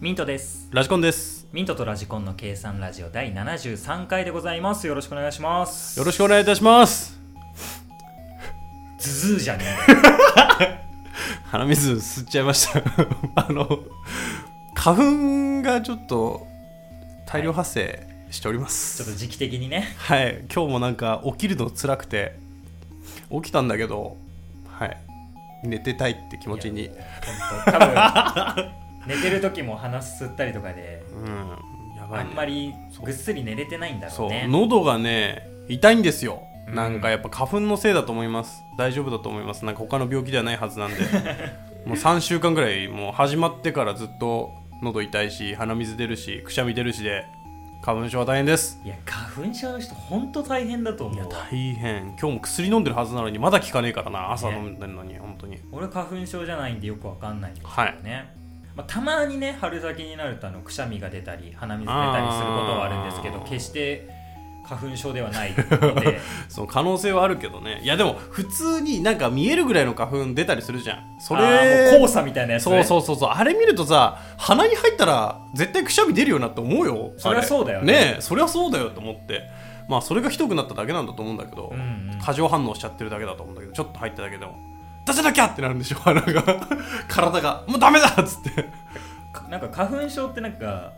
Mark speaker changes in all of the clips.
Speaker 1: ミントです
Speaker 2: ラジコンです。
Speaker 1: ミントとラジコンの計算ラジオ第73回でございますよろしくお願いします
Speaker 2: よろしくお願いいたします。
Speaker 1: ズズーじゃね
Speaker 2: 鼻水吸っちゃいました。 あの、花粉がちょっと大量発生しており
Speaker 1: え
Speaker 2: ま
Speaker 1: ちょっ
Speaker 2: す。
Speaker 1: と時期的にね
Speaker 2: はい、今日もなんか起きるの辛くて、起きたんだけど、はい、寝てたいって気持ちに。
Speaker 1: 本当多 分寝てる時も鼻すったりとかで
Speaker 2: うん、やば
Speaker 1: あ
Speaker 2: い、ね。
Speaker 1: んまりぐっすり寝れてないんだろ
Speaker 2: そうう、
Speaker 1: ね
Speaker 2: 喉がね、痛いんですよ。
Speaker 1: うん
Speaker 2: なんかやっぱ花粉のせいだと思います。大丈夫だと思います。なんか他の病気ではないはずな んで。もう3週間ぐらい、もう始まってからずっと喉痛いし、鼻水出るし、くしゃみ出るしで、花粉症は大変です。
Speaker 1: いや花粉症の人本当大変だと
Speaker 2: いや、
Speaker 1: 思うわ
Speaker 2: 大変。今日も薬飲んでるはずなのに、まだ効かねえからな、朝飲んでるのに、本当に。
Speaker 1: 俺花粉症じゃないんでよくわかんないんですけどね、まあ、たまにね春先になるとあのくしゃみが出たり鼻水出たりすることはあるんですけど
Speaker 2: あー
Speaker 1: 決して花粉症ではないの で
Speaker 2: その可能性はあるけどね。いや、でも、普通になんか見えるぐらいの花粉出たりするじゃん。それ
Speaker 1: あーもう黄砂みたいなやつ、
Speaker 2: そう
Speaker 1: ね、
Speaker 2: そうそうそうあれ見るとさ鼻に入ったら絶対くしゃみ出るよなって思うよ
Speaker 1: そりゃ
Speaker 2: あれ
Speaker 1: そうだよね
Speaker 2: えそりゃそうだよと思ってまあそれがひどくなっただけなんだと思うんだけど、
Speaker 1: うんうん
Speaker 2: 過剰反応しちゃってるだけだと思うんだけどちょっと入っただけでも出せなきゃってなるんでしょ鼻が 体がもうダメだっつって
Speaker 1: かなんか花粉症ってなんか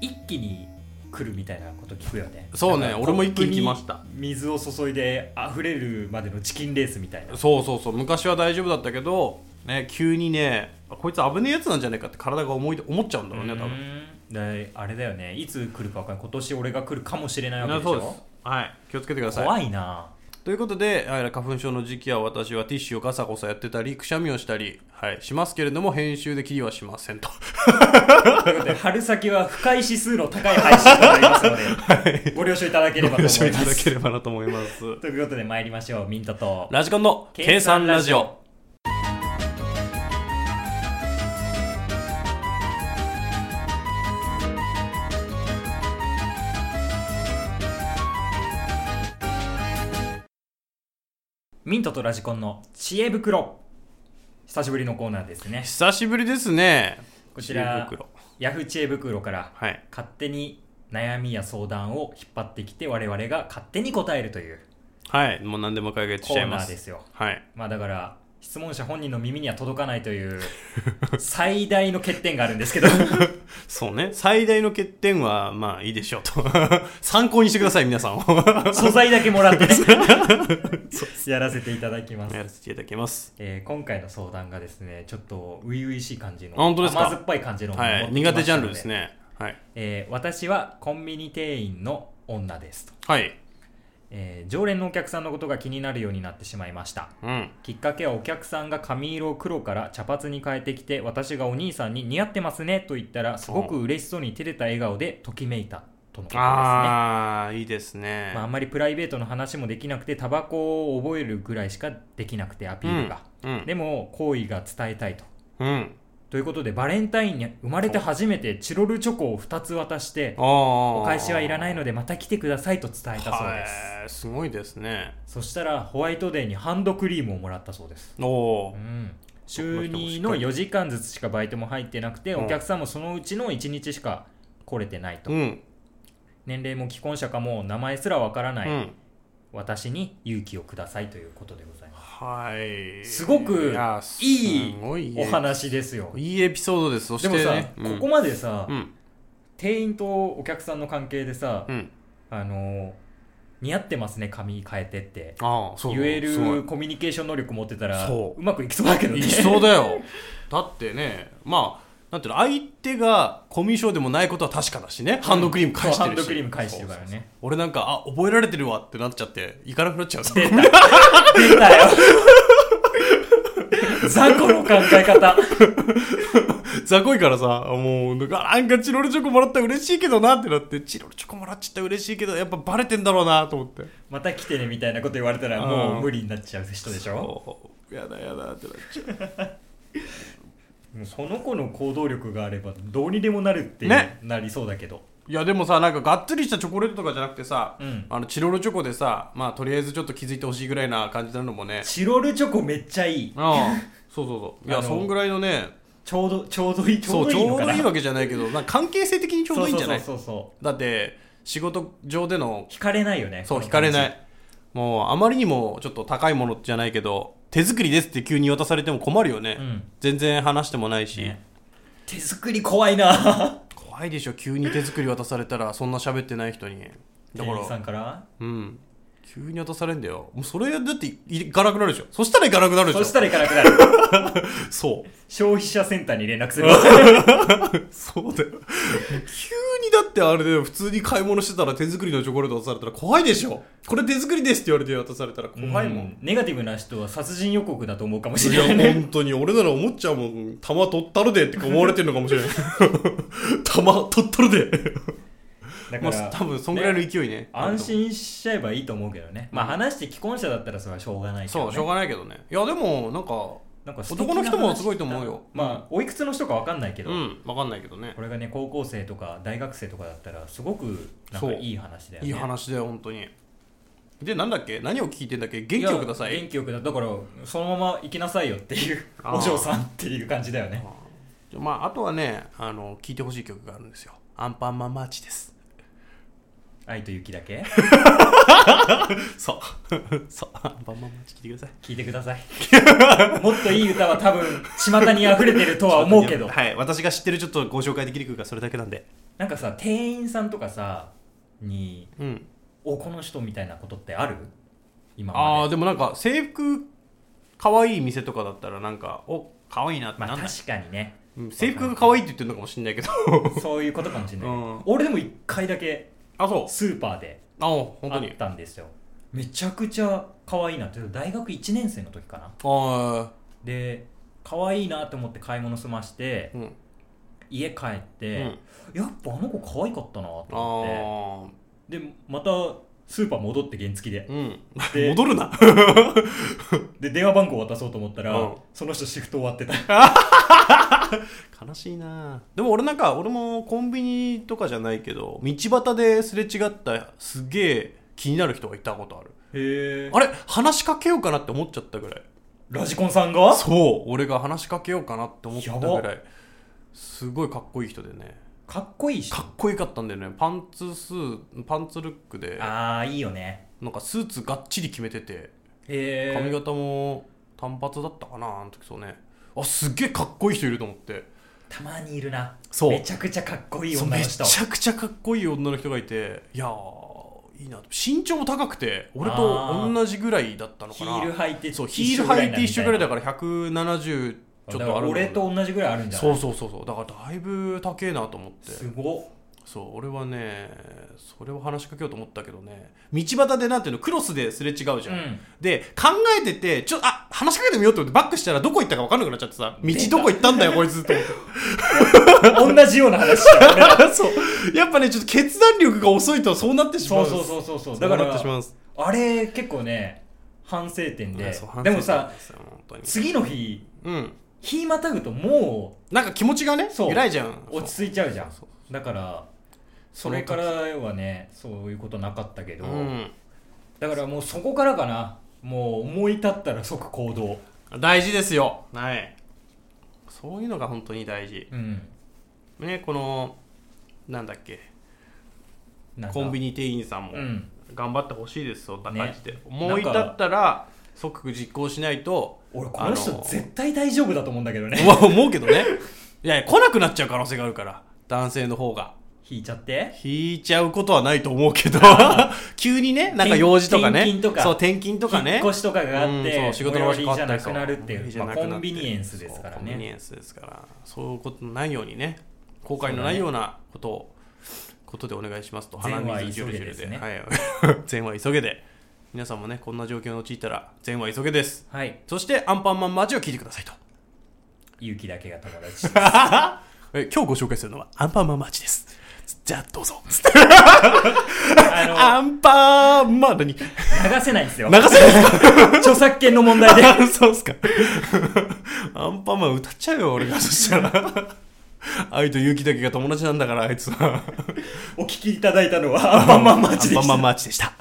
Speaker 1: 一気に来るみたいなこと聞くよね
Speaker 2: そうね
Speaker 1: なんか
Speaker 2: 俺も一気に
Speaker 1: コップ
Speaker 2: 来ました
Speaker 1: 水を注いで溢れるまでのチキンレースみたいな
Speaker 2: そうそうそう昔は大丈夫だったけど、ね、急にねあこいつ危ねえやつなんじゃないかって体が思い思っちゃうんだろうね多分
Speaker 1: うんであれだよねいつ来るか分かんない今年俺が来るかもしれないわけでし
Speaker 2: そうです
Speaker 1: ょ
Speaker 2: はい気をつけてください
Speaker 1: 怖いな
Speaker 2: ということで、はい花粉症の時期は私はティッシュをガサゴサやってたり、くしゃみをしたり、はい、しますけれども、編集で切りはしません と。
Speaker 1: ということで春先は深い指数の高い配信となりますので、ご了承いただければと思
Speaker 2: ご了承
Speaker 1: い
Speaker 2: い
Speaker 1: ま
Speaker 2: ただ
Speaker 1: す
Speaker 2: ければなと思います。
Speaker 1: ということで参りましょうミントと
Speaker 2: ラジコンの計算ラジオ。
Speaker 1: ミントとラジコンの知恵袋久しぶりのコーナーですね
Speaker 2: 久しぶりですね。
Speaker 1: こちら
Speaker 2: 知恵袋
Speaker 1: ヤフー知恵袋から
Speaker 2: はい。
Speaker 1: 勝手に悩みや相談を引っ張ってきて我々が勝手に答えるという
Speaker 2: はい。もう何でも解決し
Speaker 1: コ
Speaker 2: ちゃい
Speaker 1: ー
Speaker 2: ま
Speaker 1: ナ
Speaker 2: す。
Speaker 1: ーですよ
Speaker 2: はい。
Speaker 1: まあだから質問者本人の耳には届かないという最大の欠点があるんです けど
Speaker 2: そうね。最大の欠点は、まあいいでしょうと。参考にしてください、皆さんを。
Speaker 1: 素材だけもら ってねやらせていただきます
Speaker 2: やらせていただきます。
Speaker 1: えー今回の相談がですねちょっと初々しい感じの
Speaker 2: あ本当ですか
Speaker 1: 甘酸っぱい感じのものを持
Speaker 2: は
Speaker 1: って
Speaker 2: い。
Speaker 1: きました
Speaker 2: 苦
Speaker 1: の
Speaker 2: 手ジャンルですね。はい。
Speaker 1: えー私はコンビニ店員の女ですと、
Speaker 2: はい。
Speaker 1: えー常連のお客さんのことが気になるようになってしまいました
Speaker 2: うん。
Speaker 1: きっかけはお客さんが髪色を黒から茶髪に変えてきて私がお兄さんに似合ってますねと言ったらすごく嬉しそうに照れた笑顔でときめいたとのことですねあ,、
Speaker 2: あー、いいですね。
Speaker 1: まあ、あんまりプライベートの話もできなくてタバコを覚えるぐらいしかできなくてアピールが、
Speaker 2: うん。
Speaker 1: でも好意が伝えたいと
Speaker 2: うん。
Speaker 1: ということでバレンタインに生まれて初めてチロルチョコを2つ渡して
Speaker 2: お
Speaker 1: お返しはいらない
Speaker 2: の
Speaker 1: のでまた来てくださいと伝えたそうです、
Speaker 2: はい、すごいですね
Speaker 1: そしたらホワイトデーにハンドクリームをもらったそうです、
Speaker 2: おお
Speaker 1: う、ん、週2の4時間ずつしかバイトも入ってなくて
Speaker 2: うん
Speaker 1: お客さんもそのうちの1日しか来れてないと、
Speaker 2: うん
Speaker 1: 年齢も既婚者かも名前すらわからない、
Speaker 2: うん
Speaker 1: 私に勇気をくださいということでございます
Speaker 2: はい
Speaker 1: すごく
Speaker 2: や
Speaker 1: いい
Speaker 2: すごい
Speaker 1: お話ですよ
Speaker 2: いいエピソードですそし
Speaker 1: で
Speaker 2: て、
Speaker 1: も
Speaker 2: ね、
Speaker 1: さ、ここまでさ、
Speaker 2: うん
Speaker 1: 店員とお客さんの関係でさ、
Speaker 2: うん
Speaker 1: あの似合ってますね髪変えてって
Speaker 2: ああそう
Speaker 1: 言え
Speaker 2: すご
Speaker 1: る
Speaker 2: い
Speaker 1: コミュニケーション能力持ってたら
Speaker 2: そう
Speaker 1: まくいきそうだけどね
Speaker 2: いきそうだ よだってねまあなんていうの相手がコミュ障でもないことは確かだしねハンドクリーム返し
Speaker 1: そ
Speaker 2: てるし、
Speaker 1: うハンドクリーム返してるからね
Speaker 2: そうそうそう俺なんかあ覚えられてるわってなっちゃって行かなくなっちゃう
Speaker 1: 出た出たよ雑魚の考え方
Speaker 2: 雑魚いからさ、もう、なんかなんかチロルチョコもらったら嬉しいけどなってなって、チロルチョコもらっちゃったら嬉しいけど、やっぱバレてんだろうなと思って。
Speaker 1: また来てねみたいなこと言われたら
Speaker 2: うん
Speaker 1: もう無理になっちゃう人でしょ
Speaker 2: そうやだやだってなっちゃ
Speaker 1: もうその子の行動力があればどうにでもなるっていう
Speaker 2: ね
Speaker 1: なりそうだけど
Speaker 2: う。いやでもさ、なんかがっつりしたチョコレートとかじゃなくてさ、
Speaker 1: うん
Speaker 2: あのチロルチョコでさ、まあとりあえずちょっと気づいてほしいぐらいな感じなのもね。
Speaker 1: チロルチョコめっちゃいい
Speaker 2: ああ、そうそうそう。い
Speaker 1: あ
Speaker 2: や、
Speaker 1: の
Speaker 2: そんぐらいのね、
Speaker 1: ちょうどちょうどいいち
Speaker 2: そ
Speaker 1: ょう
Speaker 2: う
Speaker 1: ど
Speaker 2: ち
Speaker 1: いい
Speaker 2: ょ
Speaker 1: の
Speaker 2: う
Speaker 1: か
Speaker 2: ど
Speaker 1: ない
Speaker 2: いわけじゃないけどなんか関係性的にちょうどいいんじゃない
Speaker 1: そうそうそうそ
Speaker 2: だって仕事上での
Speaker 1: う惹かれないよね
Speaker 2: そう
Speaker 1: こ
Speaker 2: 惹
Speaker 1: の
Speaker 2: か
Speaker 1: 感
Speaker 2: れ
Speaker 1: じ
Speaker 2: ないもうあまりにもちょっと高いものじゃないけど手作りですって急に渡されても困るよね、
Speaker 1: うん
Speaker 2: 全然話してもないし、
Speaker 1: ね手作り怖いな
Speaker 2: 怖いでしょ急に手作り渡されたらそんな喋ってない人にだか
Speaker 1: 店員さ
Speaker 2: ら
Speaker 1: んから
Speaker 2: うん急に渡されんだよもうそれだっていいかなくなるでしょそしたらいかなくなるでしょ
Speaker 1: そしたらいかなくな る
Speaker 2: そう
Speaker 1: 消費者センターに連絡する
Speaker 2: そうだよ急にだってあれで普通に買い物してたら手作りのチョコレート渡されたら怖いでしょこれ手作りですって言われて渡されたら怖いもん、
Speaker 1: うネガティブな人は殺人予告だと思うかもし
Speaker 2: い
Speaker 1: れない
Speaker 2: や
Speaker 1: ね
Speaker 2: 本当に俺なら思っちゃうもん弾取ったるでって思われてるのかもしれない 弾取ったるで
Speaker 1: だ
Speaker 2: ま
Speaker 1: か
Speaker 2: あ
Speaker 1: ら
Speaker 2: 多分そんぐらいの勢いね
Speaker 1: 安心しちゃえばいいと思うけどねまあ話して既婚者だったらそれはしょうがないけど、
Speaker 2: そ
Speaker 1: ね、
Speaker 2: うしょうがないけどねいやでもなんか
Speaker 1: なんか素敵な
Speaker 2: 男の人もすごいと思うよ
Speaker 1: まあおいくつの人かわかんないけど、
Speaker 2: うん分かんないけどね
Speaker 1: これがね高校生とか大学生とかだったらすごくなん
Speaker 2: そ
Speaker 1: か
Speaker 2: う
Speaker 1: いい話だよね
Speaker 2: いい話だよ本当にでなんだっけ何を聞いてんだっけ元気をくださ
Speaker 1: や
Speaker 2: い
Speaker 1: 元気よくだだからそのまま行きなさいよっていう
Speaker 2: あー
Speaker 1: お嬢さんっていう感じだよね
Speaker 2: まああとはねあの聞いてほしい曲があるんですよアンパンマンマーチです
Speaker 1: 愛と雪だ け
Speaker 2: そう そうアンパンマンマーチ聞いてください
Speaker 1: 聞いてください もっといい歌は多分巷に溢れてるとは思うけ ど
Speaker 2: はい私が知ってるちょっとご紹介できる曲がそれだけなんで
Speaker 1: なんかさ店員さんとかさに
Speaker 2: うん
Speaker 1: 「おこの人」みたいなことってある今
Speaker 2: あ
Speaker 1: ま
Speaker 2: ー
Speaker 1: で
Speaker 2: でもなんか制服かわいい店とかだったらなんかおかわいいなって
Speaker 1: ま
Speaker 2: な
Speaker 1: あ
Speaker 2: んない、
Speaker 1: 確かにね
Speaker 2: うん制服がかわいいって言ってるのかもしれないけど
Speaker 1: そういうことかもしれない、
Speaker 2: うん
Speaker 1: 俺でも1回だけ
Speaker 2: あそう
Speaker 1: スーパーで
Speaker 2: あ本当
Speaker 1: あっ
Speaker 2: に
Speaker 1: たんですよめちゃくちゃ可愛いなって大学1年生の時かな
Speaker 2: あ
Speaker 1: で可愛いなと思って買い物済まして
Speaker 2: ーうん
Speaker 1: 家帰って、
Speaker 2: うん
Speaker 1: やっぱあの子可愛かったなと
Speaker 2: あ
Speaker 1: 思
Speaker 2: ー
Speaker 1: ってでまたスーパー戻って原付で
Speaker 2: うん
Speaker 1: で
Speaker 2: 戻るな
Speaker 1: で電話番号渡そうと思ったら、
Speaker 2: うん
Speaker 1: その人シフト終わって た
Speaker 2: 悲しいなでも俺なんか俺もコンビニとかじゃないけど道端ですれ違ったすげえ気になる人がいたことある
Speaker 1: へえ
Speaker 2: あれ話しかけようかなって思っちゃったぐらい
Speaker 1: ラジコンさんが
Speaker 2: そう俺が話しかけようかなって思ったぐ
Speaker 1: や
Speaker 2: ら
Speaker 1: ば
Speaker 2: いすごいかっこいい人でね
Speaker 1: かっこいいし
Speaker 2: かっこよかったんだよねパンツスーパンツルックで
Speaker 1: ああいいよね
Speaker 2: なんかスーツがっちり決めてて
Speaker 1: へえ
Speaker 2: 髪型も短髪だったかなあの時そうねあすっげえかっこいい人いると思って
Speaker 1: たまにいるな
Speaker 2: そう
Speaker 1: めちゃくちゃかっこいい
Speaker 2: そう
Speaker 1: 女の
Speaker 2: め
Speaker 1: 人
Speaker 2: ちゃくちゃかっこいい女の人がいていやーいいなと身長も高くて俺と同じぐらいだったの
Speaker 1: ヒ
Speaker 2: かな
Speaker 1: ール履いて
Speaker 2: そうヒール履いて一緒ぐらいだ
Speaker 1: か
Speaker 2: から170ちょっと
Speaker 1: だ
Speaker 2: ある
Speaker 1: から
Speaker 2: のかな
Speaker 1: 俺と同じぐらいあるんじゃない
Speaker 2: そうそうそうそうだからだいぶ高えなと思って
Speaker 1: すごっ
Speaker 2: そう俺はねそれを話しかけようと思ったけどね道端でなんていうのクロスですれ違うじゃん、
Speaker 1: うん
Speaker 2: で考えててちょあ話しかけてみようと思ってバックしたらどこ行ったか分かんなくなっちゃってさ道どこ行ったん だよこいつと思って
Speaker 1: 同じような話だよね
Speaker 2: そうやっぱねちょっと決断力が遅いと そうなってしま
Speaker 1: そううそう
Speaker 2: う
Speaker 1: そうそうそうだ
Speaker 2: だか
Speaker 1: からら
Speaker 2: ってしまうんす
Speaker 1: あれ結構ね反省点
Speaker 2: いや
Speaker 1: で
Speaker 2: そう反
Speaker 1: で
Speaker 2: 省
Speaker 1: もさ
Speaker 2: 点ですよ本当に
Speaker 1: 次の日
Speaker 2: うん
Speaker 1: 日またぐとも
Speaker 2: なんか気持ちがね
Speaker 1: そう
Speaker 2: 揺らいじゃん
Speaker 1: う落ち着いちゃうじゃん
Speaker 2: そうそう
Speaker 1: だからそれからはねそういうことなかったけど、
Speaker 2: うん
Speaker 1: だからもうそこからかなもう思い立ったら即行動
Speaker 2: 大事ですよはいそういうのが本当に大事
Speaker 1: うん
Speaker 2: ねこのなんだっけ
Speaker 1: なんか
Speaker 2: コンビニ店員さんも
Speaker 1: うん
Speaker 2: 頑張ってほしいですそんな感じで、
Speaker 1: なん
Speaker 2: 思
Speaker 1: か
Speaker 2: い立ったら即実行しないと
Speaker 1: 俺この
Speaker 2: あ
Speaker 1: 人
Speaker 2: の
Speaker 1: 絶対大丈夫だと思うんだけどね
Speaker 2: 思う思うけどねいやいや来なくなっちゃう可能性があるから男性の方が
Speaker 1: 引いちゃって
Speaker 2: 引いちゃうことはないと思うけど 急にねなんか用事とかね
Speaker 1: 転勤とか
Speaker 2: そう転勤とかね
Speaker 1: 引っ越しとかがあって、
Speaker 2: うんそう仕事の場所
Speaker 1: 最寄
Speaker 2: 変
Speaker 1: りじ
Speaker 2: わった
Speaker 1: ゃ
Speaker 2: り
Speaker 1: な
Speaker 2: と
Speaker 1: く
Speaker 2: か
Speaker 1: なるって
Speaker 2: 最
Speaker 1: い
Speaker 2: 寄り
Speaker 1: う、
Speaker 2: じゃ
Speaker 1: ま
Speaker 2: な
Speaker 1: あ、
Speaker 2: く
Speaker 1: コ
Speaker 2: なって
Speaker 1: ンビニエンスですから
Speaker 2: そうコンビニ
Speaker 1: ね
Speaker 2: エンスですからそういうことのないようにね後悔のないようなことを、ことでお願いしますと
Speaker 1: 善は
Speaker 2: ジュルジ
Speaker 1: 急げ
Speaker 2: ュル
Speaker 1: ですね
Speaker 2: はい 善は急げで皆さんもねこんな状況に陥ったら善は急げです
Speaker 1: はい
Speaker 2: そしてアンパンマンマーチを聞いてくださいと
Speaker 1: 勇気だけが友達
Speaker 2: え今日ご紹介するのはアンパンマンマーチですじゃあどうぞ
Speaker 1: あの
Speaker 2: アンパンマン何流
Speaker 1: 流せないんですよ。
Speaker 2: せる
Speaker 1: 著作権の問題で。
Speaker 2: あそうっすか。アンパンマン歌っちゃうよ、俺が。そしたら。愛と勇気だけが友達なんだから、あいつは。
Speaker 1: お聞きいただいたのは、アンパンマンマッチで
Speaker 2: アンパ
Speaker 1: し
Speaker 2: ンマン
Speaker 1: た。
Speaker 2: マーチでした。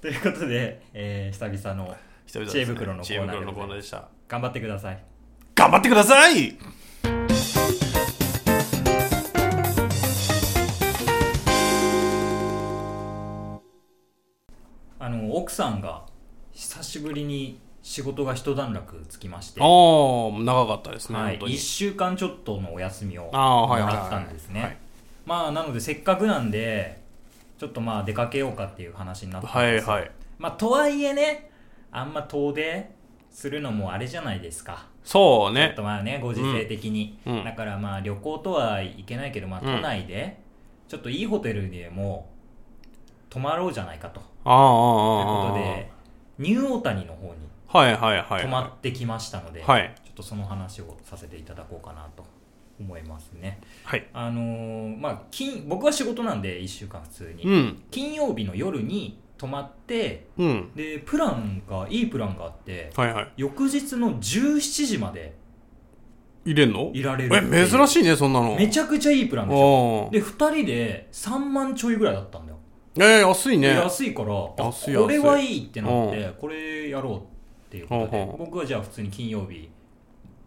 Speaker 1: と
Speaker 2: ということでね
Speaker 1: いうことで、えー久々の
Speaker 2: 久々です、
Speaker 1: 知恵袋のコーナーでございます
Speaker 2: 知恵袋のコーナーでした
Speaker 1: 頑張ってください
Speaker 2: 頑張ってください
Speaker 1: あの奥さんが久しぶりに仕事が一段落つきまして
Speaker 2: ああ長かったですね、
Speaker 1: はい、
Speaker 2: 本当に
Speaker 1: 1週間ちょっとのお休みをも
Speaker 2: ああはいはいはい
Speaker 1: らったんですね、
Speaker 2: はい
Speaker 1: まあなのでせっかくなんでちょっとまあ出かけようかっていう話になったん
Speaker 2: はい
Speaker 1: ですよ
Speaker 2: はい
Speaker 1: まあとはいえねあんま遠出するのもあれじゃないですかち
Speaker 2: そう
Speaker 1: ょっ
Speaker 2: ね
Speaker 1: とまあねご時世的に、
Speaker 2: うんうん
Speaker 1: だからまあ旅行とはいけないけどまあ
Speaker 2: うん
Speaker 1: 都内でちょっといいホテルでも泊まろうじゃないかと
Speaker 2: あああ
Speaker 1: という
Speaker 2: あああ
Speaker 1: ことでニューオータニの方に
Speaker 2: はいはいはい
Speaker 1: 泊まってきましたので、
Speaker 2: はい
Speaker 1: ちょっとその話をさせていただこうかなと思いますね。
Speaker 2: はい
Speaker 1: あのーまあ、金僕は仕事なんで1週間普通に、
Speaker 2: うん
Speaker 1: 金曜日の夜に泊まって
Speaker 2: うん
Speaker 1: でプランがいいプランがあって
Speaker 2: はいはい
Speaker 1: 翌日の17時まで
Speaker 2: 入れんの
Speaker 1: いられるっていう
Speaker 2: え珍しいねそんなの
Speaker 1: めちゃくちゃいいプラン
Speaker 2: ゃ
Speaker 1: でしょ
Speaker 2: お
Speaker 1: で2人で3万ちょいぐらいだったんだよ、
Speaker 2: えー、安い
Speaker 1: で
Speaker 2: ね
Speaker 1: 安いからあ
Speaker 2: 安い
Speaker 1: これはいいってなっ
Speaker 2: う
Speaker 1: てこれやろうっていうこと
Speaker 2: うんう
Speaker 1: で
Speaker 2: ん
Speaker 1: 僕はじゃあ普通に金曜日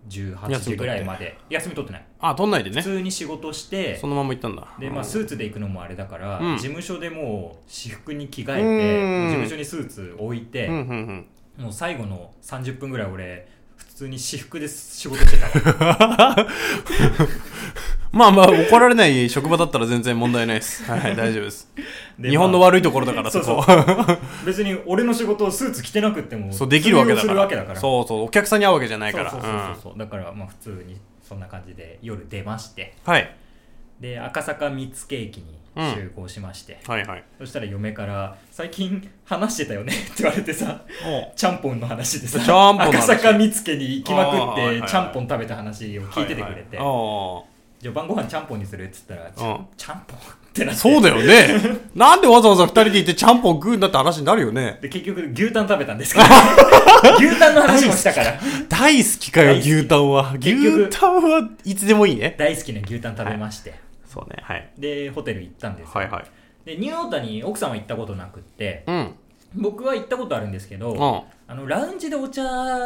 Speaker 1: 18時
Speaker 2: 休み取って
Speaker 1: ぐらいまで休み取ってない
Speaker 2: あ都内で
Speaker 1: 普
Speaker 2: ね
Speaker 1: 通に仕事して
Speaker 2: そのまま行ったんだ
Speaker 1: でまあ、
Speaker 2: うん
Speaker 1: スーツで行くのもあれだから、
Speaker 2: うん
Speaker 1: 事務所でもう私服に着替
Speaker 2: うん
Speaker 1: えて事務所にスーツ置いて、
Speaker 2: うんうんうん
Speaker 1: もう最後の30分ぐらい俺普通に私服で仕事してた わ
Speaker 2: まあまあ怒られない職場だったら全然問題ないですはい大丈夫です
Speaker 1: で
Speaker 2: 日本の
Speaker 1: まあ
Speaker 2: 悪いところだからそ
Speaker 1: そうそう
Speaker 2: こ
Speaker 1: 別に俺の仕事をスーツ着てなくっても
Speaker 2: そうできるわけだ
Speaker 1: 通用
Speaker 2: か
Speaker 1: す
Speaker 2: ら
Speaker 1: そう
Speaker 2: そうそうお客さんに会うわけじゃないから
Speaker 1: そうそうそうそう、だからまあ普通にそんな感じで夜出まして
Speaker 2: うんはい
Speaker 1: で赤坂三つ駅に集合しまして、
Speaker 2: はいはい
Speaker 1: そしたら嫁から「最近話してたよね」 って言われてさちゃんぽんの話でさ
Speaker 2: ちゃんぽんの話
Speaker 1: 赤坂見附に行きまくっ
Speaker 2: あーはいはいは
Speaker 1: て
Speaker 2: い
Speaker 1: ちゃんぽん食べた話を聞いててくれて、
Speaker 2: はいはい
Speaker 1: じゃあ晩ご飯ちゃんぽんにするっつったらちゃ,、
Speaker 2: うん
Speaker 1: ちゃんぽんってな
Speaker 2: あ
Speaker 1: って
Speaker 2: ーそうだよ ねなんでわざわざ二人で行ってちゃんぽん食うんだって話になるよね
Speaker 1: で結局牛タン食べたんですけ ど牛タンの話もしたから
Speaker 2: 大好きかよ
Speaker 1: 大好き
Speaker 2: 牛タンは
Speaker 1: 結局
Speaker 2: 牛タンはいつでもいいね
Speaker 1: 大好きな牛タン食べまして、
Speaker 2: そうねはい
Speaker 1: でホテル行ったんですよ
Speaker 2: はいはい
Speaker 1: でニューオータに奥さんは行ったことなくって
Speaker 2: うん
Speaker 1: 僕は行ったことあるんですけど、
Speaker 2: うん
Speaker 1: あのラウンジでお茶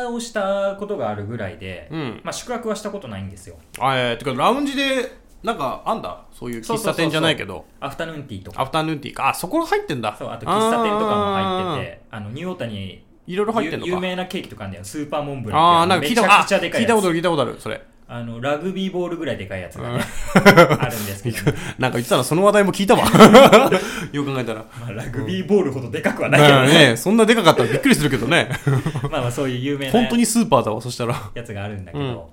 Speaker 1: をしたことがあるぐらいで、
Speaker 2: うん
Speaker 1: まあ、宿泊はしたことないんですよ
Speaker 2: あえー、てかラウンジでなんかあんだそういう喫茶店じゃないけど
Speaker 1: アフタヌーンティーとか
Speaker 2: アフタヌーンティーかあそこが入ってんだ
Speaker 1: そうあと喫茶店とかも入っててあのニューオータに
Speaker 2: ていろいろ入ってんのか
Speaker 1: 有有名なケーキとかあるんだよスーパーモンブラン
Speaker 2: ああー
Speaker 1: って
Speaker 2: なん
Speaker 1: いう
Speaker 2: か
Speaker 1: のめち
Speaker 2: 聞いたこ
Speaker 1: ゃく
Speaker 2: と
Speaker 1: ちゃ
Speaker 2: あ
Speaker 1: でか
Speaker 2: 聞
Speaker 1: い
Speaker 2: いた
Speaker 1: や
Speaker 2: こ
Speaker 1: つ
Speaker 2: とある聞いたことあるそれ
Speaker 1: あのラグビーボールぐらいでかいやつがね あるんですけど、
Speaker 2: なんか言ってたらその話題も聞い たわよく考えたら
Speaker 1: まあ、ラグビーボールほどでかくはないけど
Speaker 2: まあ
Speaker 1: ね
Speaker 2: ねそんなでかかったらびっくりするけどね
Speaker 1: まあまあそういう有名な
Speaker 2: 本当にスーパーだわそしたら
Speaker 1: やつがあるんだけど、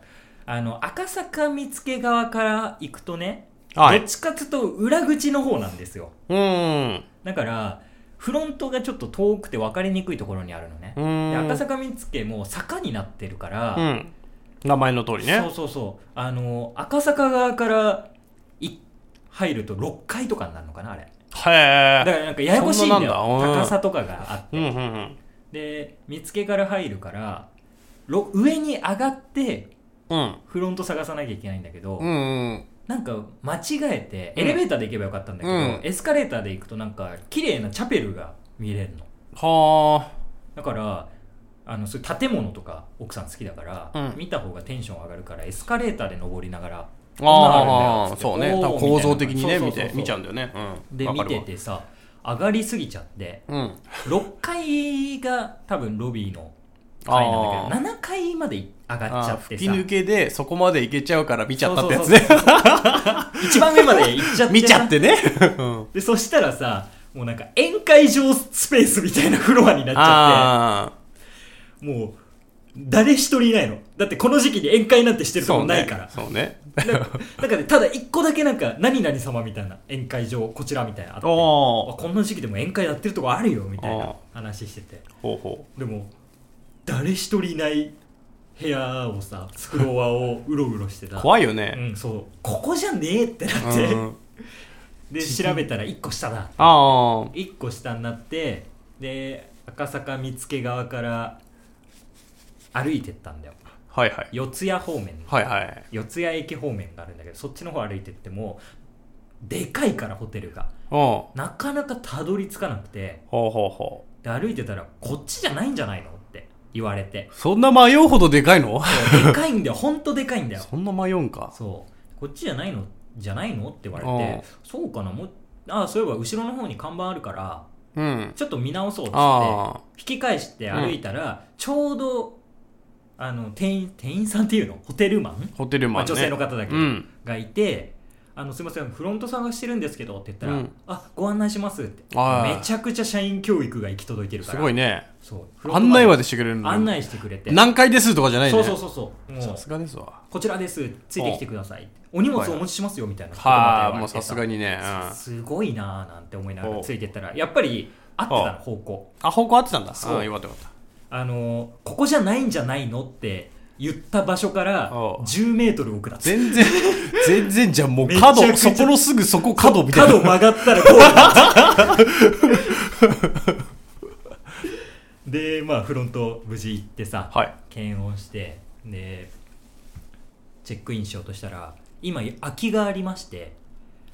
Speaker 1: あの赤坂見附側から行くとね、
Speaker 2: はい
Speaker 1: どっちかっつうと裏口の方なんですよ
Speaker 2: うーん
Speaker 1: だからフロントがちょっと遠くて分かりにくいところにあるのね
Speaker 2: う
Speaker 1: で
Speaker 2: ー
Speaker 1: 赤
Speaker 2: ん
Speaker 1: 坂見附も坂になってるから、
Speaker 2: うん名前の通り
Speaker 1: そ
Speaker 2: ね
Speaker 1: うそうそうあの赤坂側からい入ると6階とかになるのかなあれだ
Speaker 2: へ
Speaker 1: か
Speaker 2: え
Speaker 1: らなんかややこしいんだよ
Speaker 2: そんななんだうん
Speaker 1: 高さとかがあって
Speaker 2: うんうんうん
Speaker 1: で見つけから入るからろ上に上がって
Speaker 2: うん
Speaker 1: フロント探さなきゃいけないんだけど、
Speaker 2: うんうん
Speaker 1: なんか間違えて
Speaker 2: う
Speaker 1: エ
Speaker 2: ん
Speaker 1: レベーターで行けばよかったんだけど、
Speaker 2: うん
Speaker 1: エスカレーターで行くとなんか綺麗なチャペルが見れるの
Speaker 2: は
Speaker 1: だからあのそういう建物とか奥さん好きだから、
Speaker 2: うん
Speaker 1: 見た方がテンション上がるからエスカレーターで登りながら
Speaker 2: あ
Speaker 1: こんなのあるんだよ
Speaker 2: あ
Speaker 1: つ
Speaker 2: あ
Speaker 1: って
Speaker 2: そうね
Speaker 1: おー
Speaker 2: 多分構造的にね
Speaker 1: み
Speaker 2: 見
Speaker 1: たいな
Speaker 2: て見ちゃうんだよねうん
Speaker 1: で
Speaker 2: わ
Speaker 1: 見
Speaker 2: かる
Speaker 1: て
Speaker 2: わ
Speaker 1: てさ上がりすぎちゃって
Speaker 2: うん
Speaker 1: 6階が多分ロビーの階なんだけど7階まで上がっちゃ
Speaker 2: あー
Speaker 1: って
Speaker 2: 吹
Speaker 1: さ
Speaker 2: き抜けでそこまで行けちゃうから見ちゃったってやつ
Speaker 1: そ
Speaker 2: ね
Speaker 1: う一番上まで行っちゃ って
Speaker 2: 見ちゃっててねうん
Speaker 1: でそしたらさもうなんか宴会場スペースみたいなフロアになっちゃ
Speaker 2: あ
Speaker 1: ってもう誰一人いないのだってこの時期に宴会なんてして
Speaker 2: あ
Speaker 1: るとこないから
Speaker 2: そうね
Speaker 1: だだからねただ一個だけなんか何々様みたいな宴会場こちらみたいなあって
Speaker 2: お
Speaker 1: あこんな時期でも宴会やってるとこあるよみたいな話してて
Speaker 2: ほうほ
Speaker 1: でも誰一人いない部屋をさフロアをうろうろしてた
Speaker 2: う怖いよね、
Speaker 1: うん、そうここじゃねえってなって、
Speaker 2: うん
Speaker 1: で調べたら1個下だ
Speaker 2: あ
Speaker 1: 1個下になってで赤坂見附側から歩いてったんだよ
Speaker 2: あはいはい
Speaker 1: 四谷方面に
Speaker 2: はいはい
Speaker 1: 四谷駅方面があるんだけどそっちの方歩いてってもでかいからホテルが
Speaker 2: うんほ
Speaker 1: なかなかたどり着かなくて
Speaker 2: うほうほ
Speaker 1: で歩いてたらこっちじゃないんじゃないのって言われて
Speaker 2: そんな迷うほどでかいの
Speaker 1: そうでかいんだよほんとでかいんだよ
Speaker 2: そんな迷うんか
Speaker 1: そうこっちじゃないのじゃないのって言わ
Speaker 2: あ
Speaker 1: れてそうかなもうあそういえば後ろの方に看板あるから
Speaker 2: うん
Speaker 1: ちょっと見直そうっつって
Speaker 2: あ
Speaker 1: 引き返して歩いたら、ちょうどあの店員店員さんっていうのホテルマン、
Speaker 2: あホテル
Speaker 1: ま
Speaker 2: マ
Speaker 1: あ、
Speaker 2: ンね
Speaker 1: 女性の方だけ
Speaker 2: うん
Speaker 1: がいて、あのすいませんフロント探してるんですけどって言ったら、
Speaker 2: うん
Speaker 1: あご案内しますって
Speaker 2: あー
Speaker 1: めちゃくちゃ社員教育が行き届いてるから
Speaker 2: すごいね
Speaker 1: そうフロント
Speaker 2: 案
Speaker 1: まで
Speaker 2: 内までしてくれるの
Speaker 1: 案内してくれて
Speaker 2: 何回ですとかじゃない
Speaker 1: そ
Speaker 2: ね
Speaker 1: うそうそうそうも
Speaker 2: さ
Speaker 1: う
Speaker 2: すがですわ
Speaker 1: こちらですついてきてくださいお荷物お持ちしますよみたいなことまで言わ
Speaker 2: は
Speaker 1: れ
Speaker 2: あ
Speaker 1: て
Speaker 2: もうさすがにね、うん、
Speaker 1: すごいなーなんて思いなが
Speaker 2: お
Speaker 1: ら
Speaker 2: う
Speaker 1: ついてったらやっぱり合ってたの方向
Speaker 2: あ方向合ってたんだ
Speaker 1: そう
Speaker 2: うんよかったよかっ
Speaker 1: あのーここじゃないんじゃないのって言った場所から
Speaker 2: おう
Speaker 1: 10メートル奥だったた
Speaker 2: 全 然全然じゃんもう
Speaker 1: めちゃくちゃ
Speaker 2: 角そこのすぐそこ角みたいな
Speaker 1: 角曲がったらこうだったでまあフロント無事行ってさ
Speaker 2: はい
Speaker 1: 検温してでチェックインしようとしたら今空きがありまして、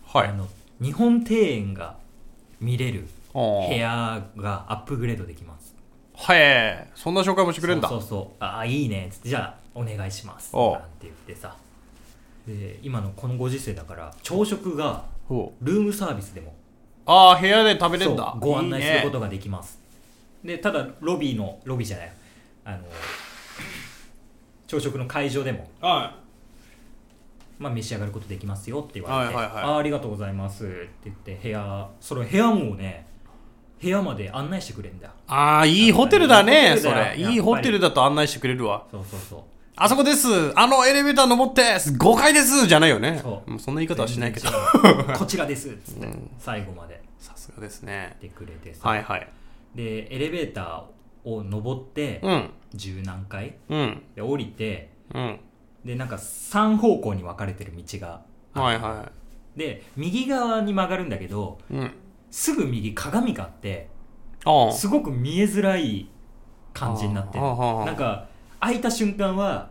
Speaker 2: はい
Speaker 1: あの日本庭園が見れる
Speaker 2: お
Speaker 1: 部
Speaker 2: ー
Speaker 1: 屋がアップグレードできます
Speaker 2: はい、そんな紹介もしてくれるんだ
Speaker 1: そうそうそうああいいねっつってじゃあお願いします
Speaker 2: おう
Speaker 1: なんて言ってさで今のこのご時世だから朝食が
Speaker 2: ほう
Speaker 1: ルームサービスでも
Speaker 2: ああ部屋で食べれるんだ
Speaker 1: そうご案内すること
Speaker 2: い
Speaker 1: ができますでただロビーのロビーじゃないあの朝食の会場でも、
Speaker 2: いねは
Speaker 1: まあ、召し上がることできますよって言われて、
Speaker 2: はいはいはい
Speaker 1: ああありがとうございますって言って部屋その部屋もね部屋まで案内してくれるんだよ
Speaker 2: いああいいホテルだ
Speaker 1: や
Speaker 2: ね
Speaker 1: っぱり
Speaker 2: それ
Speaker 1: やっぱり
Speaker 2: いいホテルだと案内してくれるわ
Speaker 1: そうそうそう
Speaker 2: あそこですあのエレベーター登って5階ですじゃないよね
Speaker 1: そう
Speaker 2: もそんな言い方はしないけど
Speaker 1: 全然違うこちらですっつって、最後まで
Speaker 2: さすがですね
Speaker 1: 来てくれてさ、
Speaker 2: はいはい
Speaker 1: でエレベーターを登って
Speaker 2: うん
Speaker 1: 十何階
Speaker 2: うん
Speaker 1: で降りて
Speaker 2: うん
Speaker 1: でなんか3方向に分かれてる道が
Speaker 2: はいは
Speaker 1: で右側に曲がるんだけど
Speaker 2: いうん
Speaker 1: すぐ右鏡があって
Speaker 2: ああ
Speaker 1: すごく見えづらい感じになってる
Speaker 2: ああああ
Speaker 1: なんか開いた瞬間は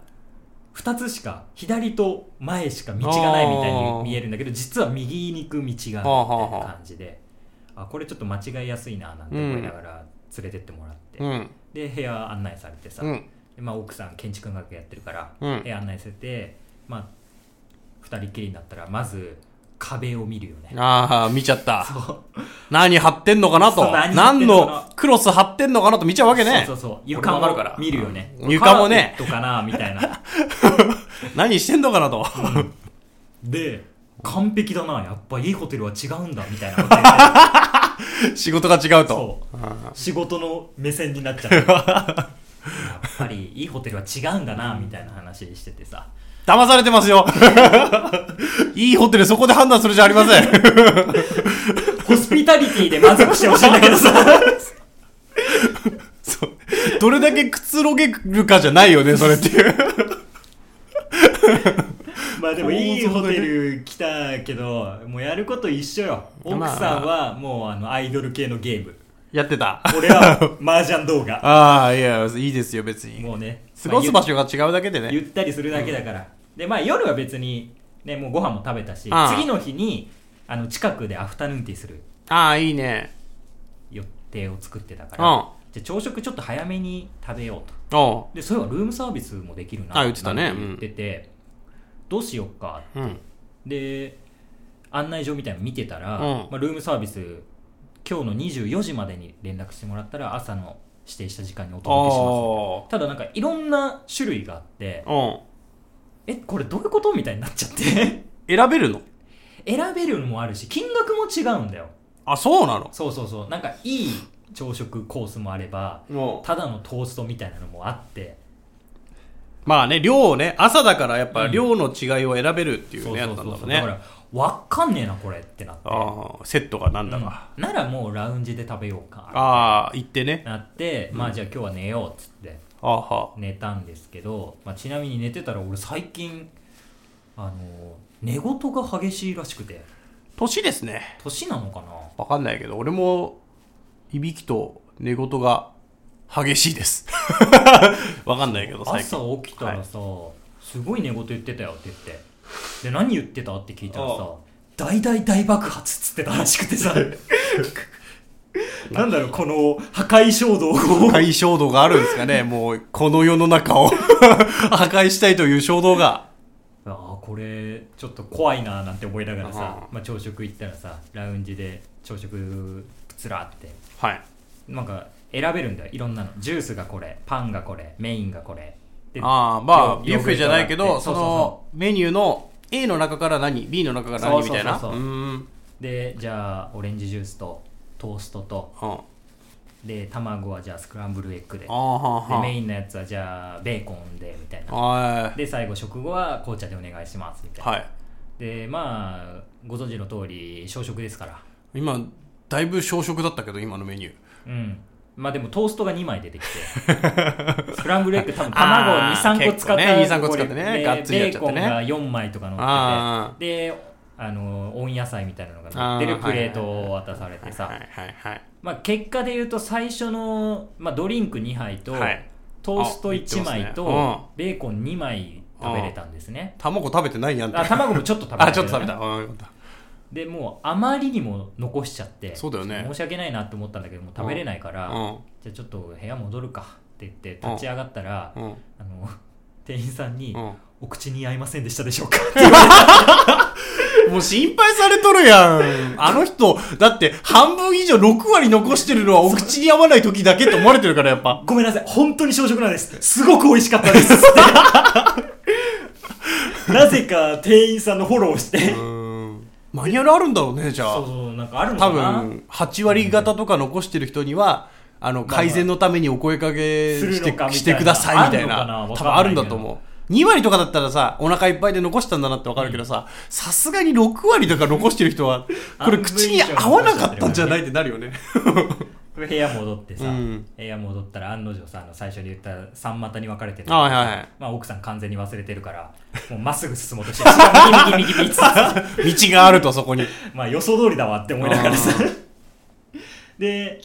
Speaker 1: 2つしか左と前しか道がないみたいに見えるんだけど実は右に行く道が
Speaker 2: ああ
Speaker 1: あるみたい
Speaker 2: ああ
Speaker 1: な感じであこれちょっと間違いやすいななんて思いながら連れてってもらって、
Speaker 2: うん
Speaker 1: で部屋案内されてさ、
Speaker 2: うん
Speaker 1: でまあ、奥さん建築学やってるから、
Speaker 2: うん
Speaker 1: 部屋案内されて、まあ、2人きりになったらまず壁を見るよね
Speaker 2: ああ見ちゃった
Speaker 1: そう
Speaker 2: 何貼ってんのかな
Speaker 1: そ
Speaker 2: と
Speaker 1: う何貼って
Speaker 2: 何
Speaker 1: んのかな
Speaker 2: のクロス貼ってんのかなと見ちゃうわけね
Speaker 1: そうそうそう床
Speaker 2: 俺もわかるか
Speaker 1: も
Speaker 2: ら
Speaker 1: 見るよね
Speaker 2: うん床もね
Speaker 1: カーペットかなみたいな
Speaker 2: 何してんのかなと
Speaker 1: で完璧だなやっぱいいホテルは違うんだみたいなこと言って
Speaker 2: 仕事が違うと
Speaker 1: そう
Speaker 2: あ
Speaker 1: 仕事の目線になっちゃってやっぱりいいホテルは違うんだなみたいな話しててさ
Speaker 2: あ騙されてます よいいホテルそこで判断するじゃありません
Speaker 1: ホスピタリティで満足してほしいんだけどさ
Speaker 2: そう。どれだけくつろげるかじゃないよね、それっていう。
Speaker 1: まあでもいいホテル来たけどもうやること一緒よ奥さんはもうあのアイドル系のゲーム
Speaker 2: やってた。
Speaker 1: 俺は麻雀動画
Speaker 2: ああ、いや、いいですよ、別に。
Speaker 1: もうね
Speaker 2: 過ごす場所が違うだけで
Speaker 1: ゆ
Speaker 2: ね。
Speaker 1: ったりするだけだから、でまあ夜は別に、ね、もうご飯も食べたし
Speaker 2: ああ
Speaker 1: 次の日にあの近くでアフタヌーンティーする
Speaker 2: ああ、いいね。
Speaker 1: 予定を作ってたから、
Speaker 2: うん
Speaker 1: じゃあ朝食ちょっと早めに食べようと
Speaker 2: おう。
Speaker 1: でそういえばルームサービスもできるな
Speaker 2: あ言ってたね
Speaker 1: なんて言ってて、どうしよっか
Speaker 2: うん。
Speaker 1: で案内状みたいなの見てたら、
Speaker 2: うん
Speaker 1: まあ、ルームサービス今日の24時までに連絡してもらったら朝の指定した時間にお届けします
Speaker 2: お
Speaker 1: ただなんかいろんな種類があって
Speaker 2: う。うん。
Speaker 1: えこれどういうことみたいになっちゃって
Speaker 2: 選べるの
Speaker 1: 選べるのもあるし金額も違うんだよ
Speaker 2: あ、そうなの
Speaker 1: そうそうそうなんかいい朝食コースもあれば
Speaker 2: も
Speaker 1: ただのトーストみたいなのもあって
Speaker 2: まあね、量をね、朝だからやっぱ量の違いを選べるっていう
Speaker 1: そう
Speaker 2: ね、
Speaker 1: そ
Speaker 2: や
Speaker 1: う
Speaker 2: っ
Speaker 1: そ
Speaker 2: た
Speaker 1: うん
Speaker 2: だも
Speaker 1: そうんだか
Speaker 2: ね。
Speaker 1: らわかんねえなこれってなって
Speaker 2: ああ、セットがなんだ
Speaker 1: うん
Speaker 2: か。
Speaker 1: ならもうラウンジで食べようか
Speaker 2: ああ、行ってね。
Speaker 1: なって、まあじゃあ今日は寝ようっつって
Speaker 2: ああは
Speaker 1: 寝たんですけど、まあ、ちなみに寝てたら俺最近あの寝言が激しいらしくて
Speaker 2: 年ですね。
Speaker 1: 年なのかな
Speaker 2: わかんないけど、俺も、いびきと寝言が激しいです。 わかんないけど、最近。
Speaker 1: 朝起きたらさ、すごい寝言言ってたよって言ってで何言ってたって聞いたら
Speaker 2: あ
Speaker 1: さ大大大爆発っつってたらしくてさなんだろうこの破壊衝動を
Speaker 2: 破壊衝動があるんですかねもうこの世の中を 破壊したいという衝動が
Speaker 1: ああこれちょっと怖いなーなんて思いながらさ、
Speaker 2: う
Speaker 1: まあ、朝食行ったらさラウンジで朝食つらって
Speaker 2: はい
Speaker 1: なんか選べるんだよいろんなのジュースがこれパンがこれメインがこれで
Speaker 2: ああまあ
Speaker 1: ヨ
Speaker 2: ビュッフェじゃないけ
Speaker 1: ヨーグ
Speaker 2: ど
Speaker 1: ルト
Speaker 2: そ
Speaker 1: があって
Speaker 2: のメニューの A の中から何 B の中から何みたいな
Speaker 1: そうそうそうそう
Speaker 2: ーん
Speaker 1: でじゃあオレンジジュースとトーストと
Speaker 2: うんあ
Speaker 1: で卵はじゃあスクランブルエッグで
Speaker 2: ーはー
Speaker 1: で
Speaker 2: は
Speaker 1: メ
Speaker 2: ー
Speaker 1: インのやつはじゃあベーコンでみたいな
Speaker 2: は
Speaker 1: で最後食後は紅茶でお願いしますみたい
Speaker 2: い
Speaker 1: な、
Speaker 2: はい
Speaker 1: でまあご存知の通り小食ですから
Speaker 2: 今だいぶ小食だったけど今のメニュー
Speaker 1: うんまあでもトーストが2枚出てきて スクランブルエッグ多分卵を
Speaker 2: あー
Speaker 1: 23個使った
Speaker 2: 結構ね23個使ってね
Speaker 1: これで
Speaker 2: がっつりやっちゃってね
Speaker 1: ベーコンが4枚とか乗
Speaker 2: あ
Speaker 1: っててであの温野菜みたいなのが乗ってるプレートを渡されて
Speaker 2: は
Speaker 1: さ、
Speaker 2: いはいはい
Speaker 1: まあ、結果で言うと最初の、まあ、ドリンク2杯と、
Speaker 2: はい
Speaker 1: トースト1枚
Speaker 2: あ言ってます
Speaker 1: とベーコン2枚食べれたんですね
Speaker 2: 卵食べてないやんって
Speaker 1: あ卵もちょっと食べた、
Speaker 2: あちょっと食べたうんよかった
Speaker 1: でもうあまりにも残しちゃって
Speaker 2: そうだよね
Speaker 1: 申し訳ないなと思ったんだけどもう食べれないから、
Speaker 2: う
Speaker 1: じゃあちょっと部屋戻るかって言って立ち上がったら、
Speaker 2: んう
Speaker 1: あ
Speaker 2: ん
Speaker 1: の 店員さんに、
Speaker 2: うん
Speaker 1: お口に合いませんでしたでしょうか
Speaker 2: もう心配されとるやん。あの人、だって半分以上6割残してるのはお口に合わない時だけって思われてるからやっぱ。
Speaker 1: ごめんなさい本当に小食なんですすごく美味しかったです なぜか店員さんのフォローして
Speaker 2: マニュアルあるんだろうね、じゃ
Speaker 1: そう
Speaker 2: あ。
Speaker 1: そうなんかあるの
Speaker 2: 多
Speaker 1: かな
Speaker 2: 分、8割方とか残してる人には、あの、
Speaker 1: まあ
Speaker 2: 改善のためにお声かけ
Speaker 1: する
Speaker 2: し
Speaker 1: のかみたい
Speaker 2: て
Speaker 1: な
Speaker 2: してくださいみたい
Speaker 1: あんのかな
Speaker 2: な。
Speaker 1: わ
Speaker 2: 多
Speaker 1: かん
Speaker 2: 分
Speaker 1: ない
Speaker 2: あ
Speaker 1: け
Speaker 2: るん
Speaker 1: ど
Speaker 2: だと思う。2割とかだったらさ、お腹いっぱいで残したんだなってわかるけどさ、さすがに6割とか残してる 人は、これ口に合わなかったんじゃないってなるよね。
Speaker 1: 部屋戻ってさ、
Speaker 2: うん
Speaker 1: 部屋戻ったら案の定さあの最初に言った三股に分かれてる
Speaker 2: あはいはいはい
Speaker 1: まあ、奥さん完全に忘れてるからもうまっすぐ進もうとして 「右右右右」っつって さ
Speaker 2: 道があるとそこに。
Speaker 1: まあ予想通りだわって思いながらさ
Speaker 2: あ
Speaker 1: で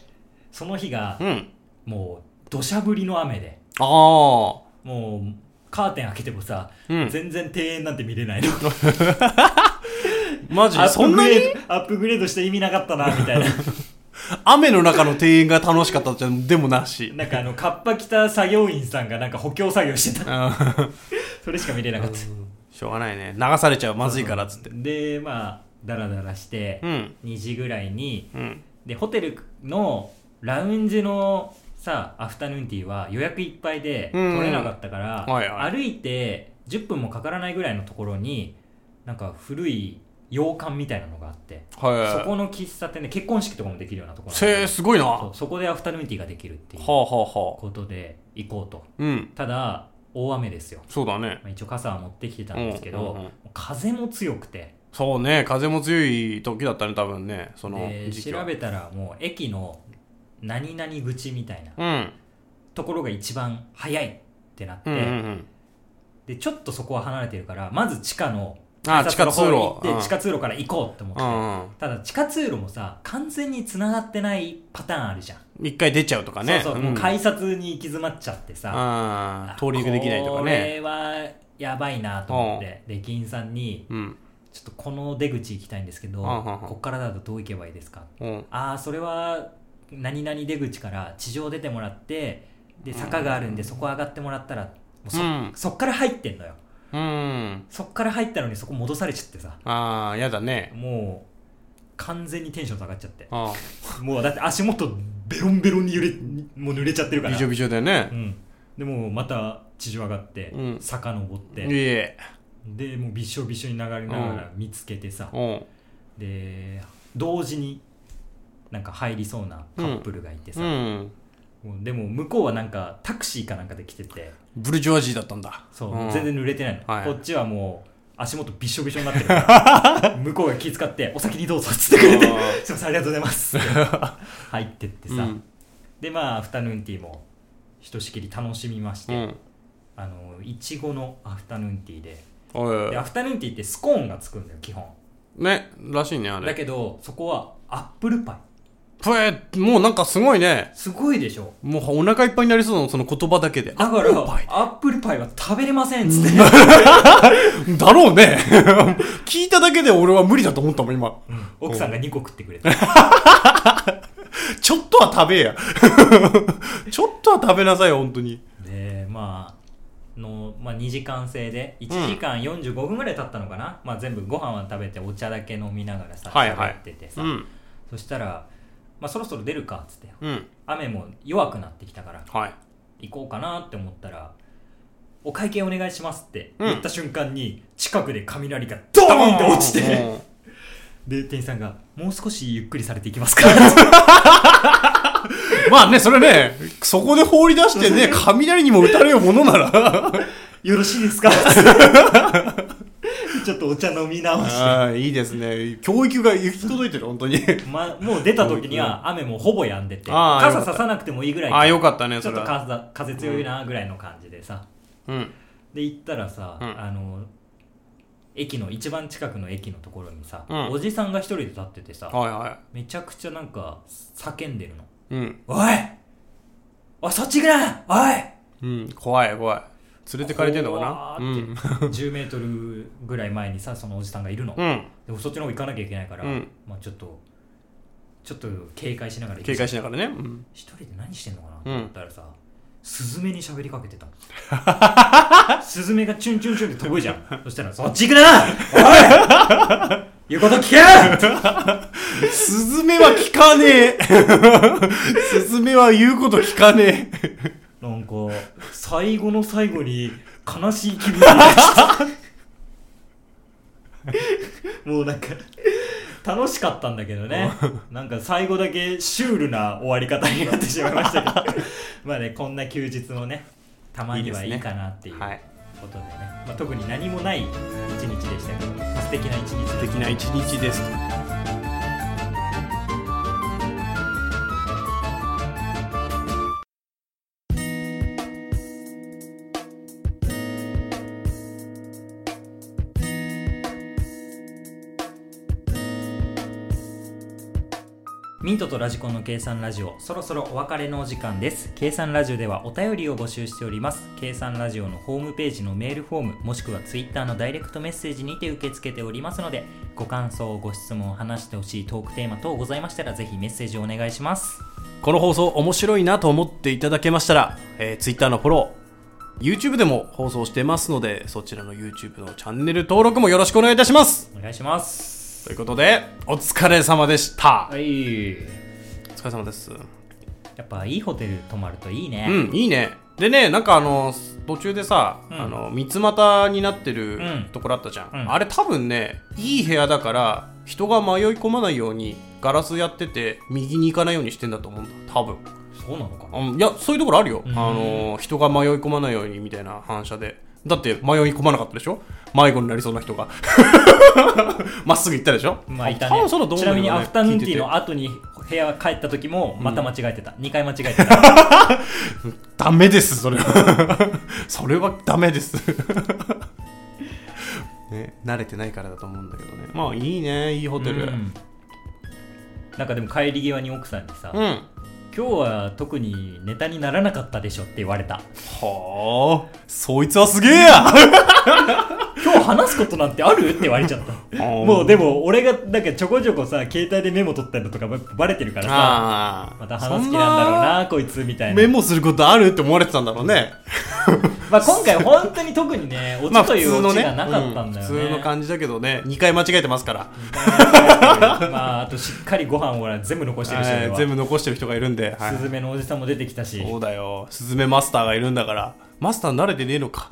Speaker 1: その日が
Speaker 2: うん。
Speaker 1: もう土砂降りの雨で
Speaker 2: ああ。
Speaker 1: もうカーテン開けてもさ、
Speaker 2: うん
Speaker 1: 全然庭園なんて見れないの
Speaker 2: マ ジそんな
Speaker 1: アップグレ
Speaker 2: に
Speaker 1: ードアップグレードして意味なかったなみ たいな
Speaker 2: 雨の中の庭園が楽しかったじゃんでもなし。
Speaker 1: なんかあのカッパ着た作業員さんがなんか補強作業して た
Speaker 2: うん
Speaker 1: それしか見れなかった
Speaker 2: しょうがないね。流されちゃう、まずいからっつって。
Speaker 1: でまあダラダラして、
Speaker 2: うん。
Speaker 1: 2時ぐらいに
Speaker 2: うん。
Speaker 1: でホテルのラウンジのさアフタヌーンティーは予約いっぱいで
Speaker 2: うん
Speaker 1: 取れなかったから、
Speaker 2: はいはい
Speaker 1: 歩いて10分もかからないぐらいのところになんか古い洋館みたいなのがあってそ
Speaker 2: は
Speaker 1: この喫茶店で結婚式とかもできるようなとこ
Speaker 2: い。
Speaker 1: ろなんだけど
Speaker 2: せー、すごいな。
Speaker 1: そう
Speaker 2: は
Speaker 1: そこでアフタヌーンティーができるっていう
Speaker 2: あはあはあ。
Speaker 1: ことで行こうと
Speaker 2: うん。
Speaker 1: ただ大雨ですよ
Speaker 2: そうだね。
Speaker 1: まあ一応傘は持ってきてたんですけど、
Speaker 2: うんうんうん
Speaker 1: 風も強くて
Speaker 2: そうね。風も強い時だったね、多分ね。その
Speaker 1: で
Speaker 2: 時期は。
Speaker 1: 調べたらもう駅の何々口みたいな
Speaker 2: うん。
Speaker 1: ところが一番早いってなって、
Speaker 2: うんうんうん。
Speaker 1: でちょっとそこは離れてるからまず地下の
Speaker 2: あー
Speaker 1: 改札の方に行って
Speaker 2: 地
Speaker 1: 地下
Speaker 2: 下通路うん
Speaker 1: 通路から行こうと思って、
Speaker 2: うんうん。
Speaker 1: ただ地下通路もさ完全に繋がってないパターンあるじゃん、
Speaker 2: 一回出ちゃうとかね。
Speaker 1: そうそう、もう
Speaker 2: うん
Speaker 1: 改札に行き詰まっちゃってさ、
Speaker 2: あー通り抜けできないとか
Speaker 1: こ
Speaker 2: ね。
Speaker 1: れはやばいなと思って、で駅員さんに
Speaker 2: うん。
Speaker 1: ちょっとこの出口行きたいんですけど、
Speaker 2: うんうんうん
Speaker 1: こっからだとどう行けばいいですか
Speaker 2: うん。
Speaker 1: ああそれは何々出口から地上出てもらってで坂があるんでそこ上がってもらったらもうそ,、
Speaker 2: うん
Speaker 1: そっから入ってんのよ
Speaker 2: うん。
Speaker 1: そっから入ったのにそこ戻されちゃってさ
Speaker 2: ああ、やだね。
Speaker 1: もう完全にテンション下がっちゃって
Speaker 2: あ
Speaker 1: もうだって足元ベロンベロンに揺れもう濡れちゃってる
Speaker 2: あ。
Speaker 1: か
Speaker 2: び
Speaker 1: ら
Speaker 2: ちょびちょだよね
Speaker 1: う。ん、でもうまた地上上がって、
Speaker 2: うん
Speaker 1: 坂登っ
Speaker 2: い
Speaker 1: て
Speaker 2: え。
Speaker 1: でもうびしょびしょに流れながら見つけてさ、
Speaker 2: うん。
Speaker 1: で同時になんか入りそうなカップルがいてさ、
Speaker 2: うん。
Speaker 1: もうでも向こうはなんかタクシーかなんかで来てて
Speaker 2: ブルジョワジーだったんだ。
Speaker 1: そう、
Speaker 2: ん
Speaker 1: 全然濡れてないの、
Speaker 2: はい
Speaker 1: こっちはもう足元びしょびしょになってるから 向こうが気遣って「お先にどうぞ」っつってくれて
Speaker 2: あ
Speaker 1: 「 すいませんありがとうござい ます」入ってってさ、
Speaker 2: うん
Speaker 1: でまあアフタヌーンティーもひとしきり楽しみまして、
Speaker 2: うん。
Speaker 1: あのいちごのアフタヌーンティーで
Speaker 2: おい
Speaker 1: でア。フタヌーンティーってスコーンがつくんだよ基本
Speaker 2: ね、らしいね、あれ。
Speaker 1: だけどそこはアップルパイ
Speaker 2: ぷえもうなんかすごいね。
Speaker 1: すごいでしょ
Speaker 2: もうお腹いっぱいになりそうな、その言葉だけで。
Speaker 1: だから
Speaker 2: アップルパイ
Speaker 1: アップルパイは食べれませんっつって
Speaker 2: だろうね。 聞いただけで俺は無理だと思ったもん、今。
Speaker 1: 奥さんが2個食ってくれて
Speaker 2: ちょっとは食べや ちょっとは食べなさい本当に
Speaker 1: でまあの、まあ、2時間制で1時間45分ぐらい経ったのかな、まあ、全部ご飯は食べてお茶だけ飲みながらさ
Speaker 2: はいはい
Speaker 1: 喋っててさ、
Speaker 2: うん
Speaker 1: そしたら、まあ、そろそろ出るかっつって
Speaker 2: うん
Speaker 1: 雨も弱くなってきたから
Speaker 2: はい
Speaker 1: 行こうかなって思ったらお会計お願いしますって言った瞬間に近くで雷がドーンって落ちて
Speaker 2: うん
Speaker 1: で店員さんが「もう少しゆっくりされていきますか」 って
Speaker 2: まあねそれねそこで放り出してね雷にも打たれようものなら
Speaker 1: よろしいですか?」 ちょっとお茶飲み直して
Speaker 2: あーいいですね教育が行き届いてる本当に
Speaker 1: ま、もう出た時には雨もほぼ止んでて
Speaker 2: あー
Speaker 1: 傘ささなくてもいいぐらい
Speaker 2: ああよかったね
Speaker 1: ちょ
Speaker 2: そ
Speaker 1: っ
Speaker 2: れ
Speaker 1: と
Speaker 2: は
Speaker 1: 風風強いなぐらいの感じでさ
Speaker 2: うん
Speaker 1: で行ったらさ、
Speaker 2: うん
Speaker 1: あの駅の一番近くの駅のところにさ、
Speaker 2: うん
Speaker 1: おじさんが一人で立っててさ、
Speaker 2: はいは
Speaker 1: めちゃくちゃなんか叫んでるの
Speaker 2: いうん
Speaker 1: 「おいおいそっち行くなおい!」
Speaker 2: うん怖い怖い連れてかれてんのかなう
Speaker 1: 怖ー
Speaker 2: ん
Speaker 1: って10メートルぐらい前にさそのおじさんがいるの、
Speaker 2: うん
Speaker 1: でもそっちの方行かなきゃいけないから、
Speaker 2: うん
Speaker 1: まあ、ちょっとちょっと警戒しながら行く
Speaker 2: 警戒しながらねうん
Speaker 1: 一人で何してんのかなと思ったらさ、スズメに喋りかけてたの スズメがチュンチュンチュンって飛ぶじゃ んそしたら「そっち行くなおい言うこと聞け!」
Speaker 2: スズメは聞か ねえスズメは言うこと聞かねえ
Speaker 1: なんか最後の最後に悲しい気分になって きたもうなんか楽しかったんだけどねなんか最後だけシュールな終わり方になってしまいましたけ どまあねこんな休日もねたまにはいいかなっていう
Speaker 2: はい
Speaker 1: ことでねまあ、特に何もない一日でしたけど素敵な一日
Speaker 2: 素敵な一日です
Speaker 1: ミントとラジコンの計算ラジオそろそろお別れのお時間です計算ラジオではお便りを募集しております計算ラジオのホームページのメールフォームもしくはツイッターのダイレクトメッセージにて受け付けておりますのでご感想ご質問話してほしいトークテーマ等ございましたらぜひメッセージをお願いします
Speaker 2: この放送面白いなと思っていただけましたら、えー、Twitter のフォロー YouTube でも放送してますのでそちらの YouTube のチャンネル登録もよろしくお願いいたします
Speaker 1: お願いします
Speaker 2: ということでお疲れ様でした
Speaker 1: はい
Speaker 2: お疲れ様です
Speaker 1: やっぱいいホテル泊まるといいね
Speaker 2: うんいいねでねなんかあの途中でさ、
Speaker 1: うん
Speaker 2: あの三つ股になってる
Speaker 1: うん
Speaker 2: ところあったじゃん、
Speaker 1: うん
Speaker 2: あれ多分ねいい部屋だから人が迷い込まないようにガラスやってて右に行かないようにしてんだと思うんだ多分
Speaker 1: そうなのかな
Speaker 2: あいやそういうところあるよ、
Speaker 1: うん
Speaker 2: あの人が迷い込まないようにみたいな反射でだって迷い込まなかったでしょ迷子になりそうな人が まっすぐ行ったでしょ
Speaker 1: まあ、いた
Speaker 2: 多
Speaker 1: ね
Speaker 2: 分そうだと思
Speaker 1: ち
Speaker 2: う
Speaker 1: なん
Speaker 2: だ
Speaker 1: みに
Speaker 2: けどね
Speaker 1: アフタヌーンティー
Speaker 2: 聞い
Speaker 1: の後に部屋帰った時もまた間違えてた、2回間違えてた
Speaker 2: ててダメですそれは それはダメです ね慣れてないからだと思うんだけどねまあいいねいいホテ
Speaker 1: う
Speaker 2: ルうん、
Speaker 1: んなんかでも帰り際に奥さんにさ、今日は特にネタにならなかったでしょって言われた
Speaker 2: はあそいつはすげえや
Speaker 1: 今日話すことなんてあるって言われちゃった もうでも俺がなんかちょこちょこさ携帯でメモ取ったのとかばバレてるからさ
Speaker 2: ああ
Speaker 1: また話す気なんだろうなこいつみたいな
Speaker 2: メモすることあるって思われてたんだろうね
Speaker 1: まあ今回本当に特に ねオチというオチがなかったんだよね、
Speaker 2: うん普通の感じだけどね2回間違えてますから
Speaker 1: まああとしっかりご飯を俺は全部残してるし、
Speaker 2: は
Speaker 1: 俺
Speaker 2: い
Speaker 1: は
Speaker 2: 全部残してる人がいるんで、はい
Speaker 1: スズメのおじさんも出てきたし、
Speaker 2: そうだよスズメマスターがいるんだからマスター慣れてねえのか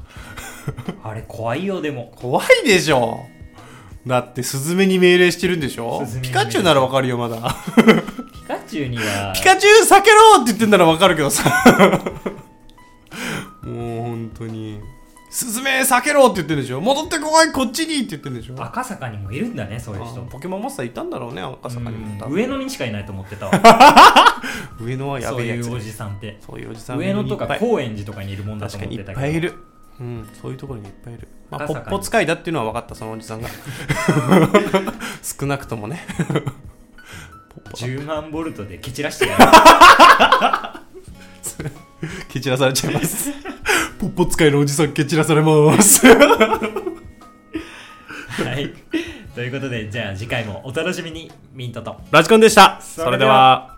Speaker 1: あれ怖いよでも
Speaker 2: 怖いでしょだってスズメに命令してるんでしょ
Speaker 1: スズメに命令
Speaker 2: ピカチュウならわかるよまだ
Speaker 1: ピカチュウには
Speaker 2: ピカチュウ避けろって言ってんならわかるけどさ もう本当にスズメ避けろって言ってるでしょ戻ってこいこっちにって言ってるでしょ
Speaker 1: 赤坂にもいるんだねそういう人
Speaker 2: あポケモンマスターいたんだろうね赤坂にも多
Speaker 1: うん
Speaker 2: 分
Speaker 1: 上野にしかいないと思ってたわ
Speaker 2: 上野は や
Speaker 1: そう
Speaker 2: べえ
Speaker 1: い
Speaker 2: やつ
Speaker 1: うおじさんって
Speaker 2: そういうおじさん
Speaker 1: 上野と
Speaker 2: いっぱ
Speaker 1: か
Speaker 2: い
Speaker 1: 高円寺とかにいるもんだと
Speaker 2: 確か
Speaker 1: 思っ
Speaker 2: に
Speaker 1: て
Speaker 2: いった
Speaker 1: けど
Speaker 2: ぱいいる、うん、そういうところにいっぱいいる、まあ、
Speaker 1: 赤
Speaker 2: ポ
Speaker 1: 坂に
Speaker 2: ッポ使いだっていうのは分かったそのおじ さんが少なくともねポッポだ
Speaker 1: 10万ボルトで蹴散らしてやる
Speaker 2: 蹴散らされちゃいますポッポ使いのおじさん蹴散らされます
Speaker 1: はいということでじゃあ次回もお楽しみにミントと
Speaker 2: ラジコンでした
Speaker 1: そ
Speaker 2: そ
Speaker 1: れ
Speaker 2: れ
Speaker 1: で
Speaker 2: で
Speaker 1: は
Speaker 2: は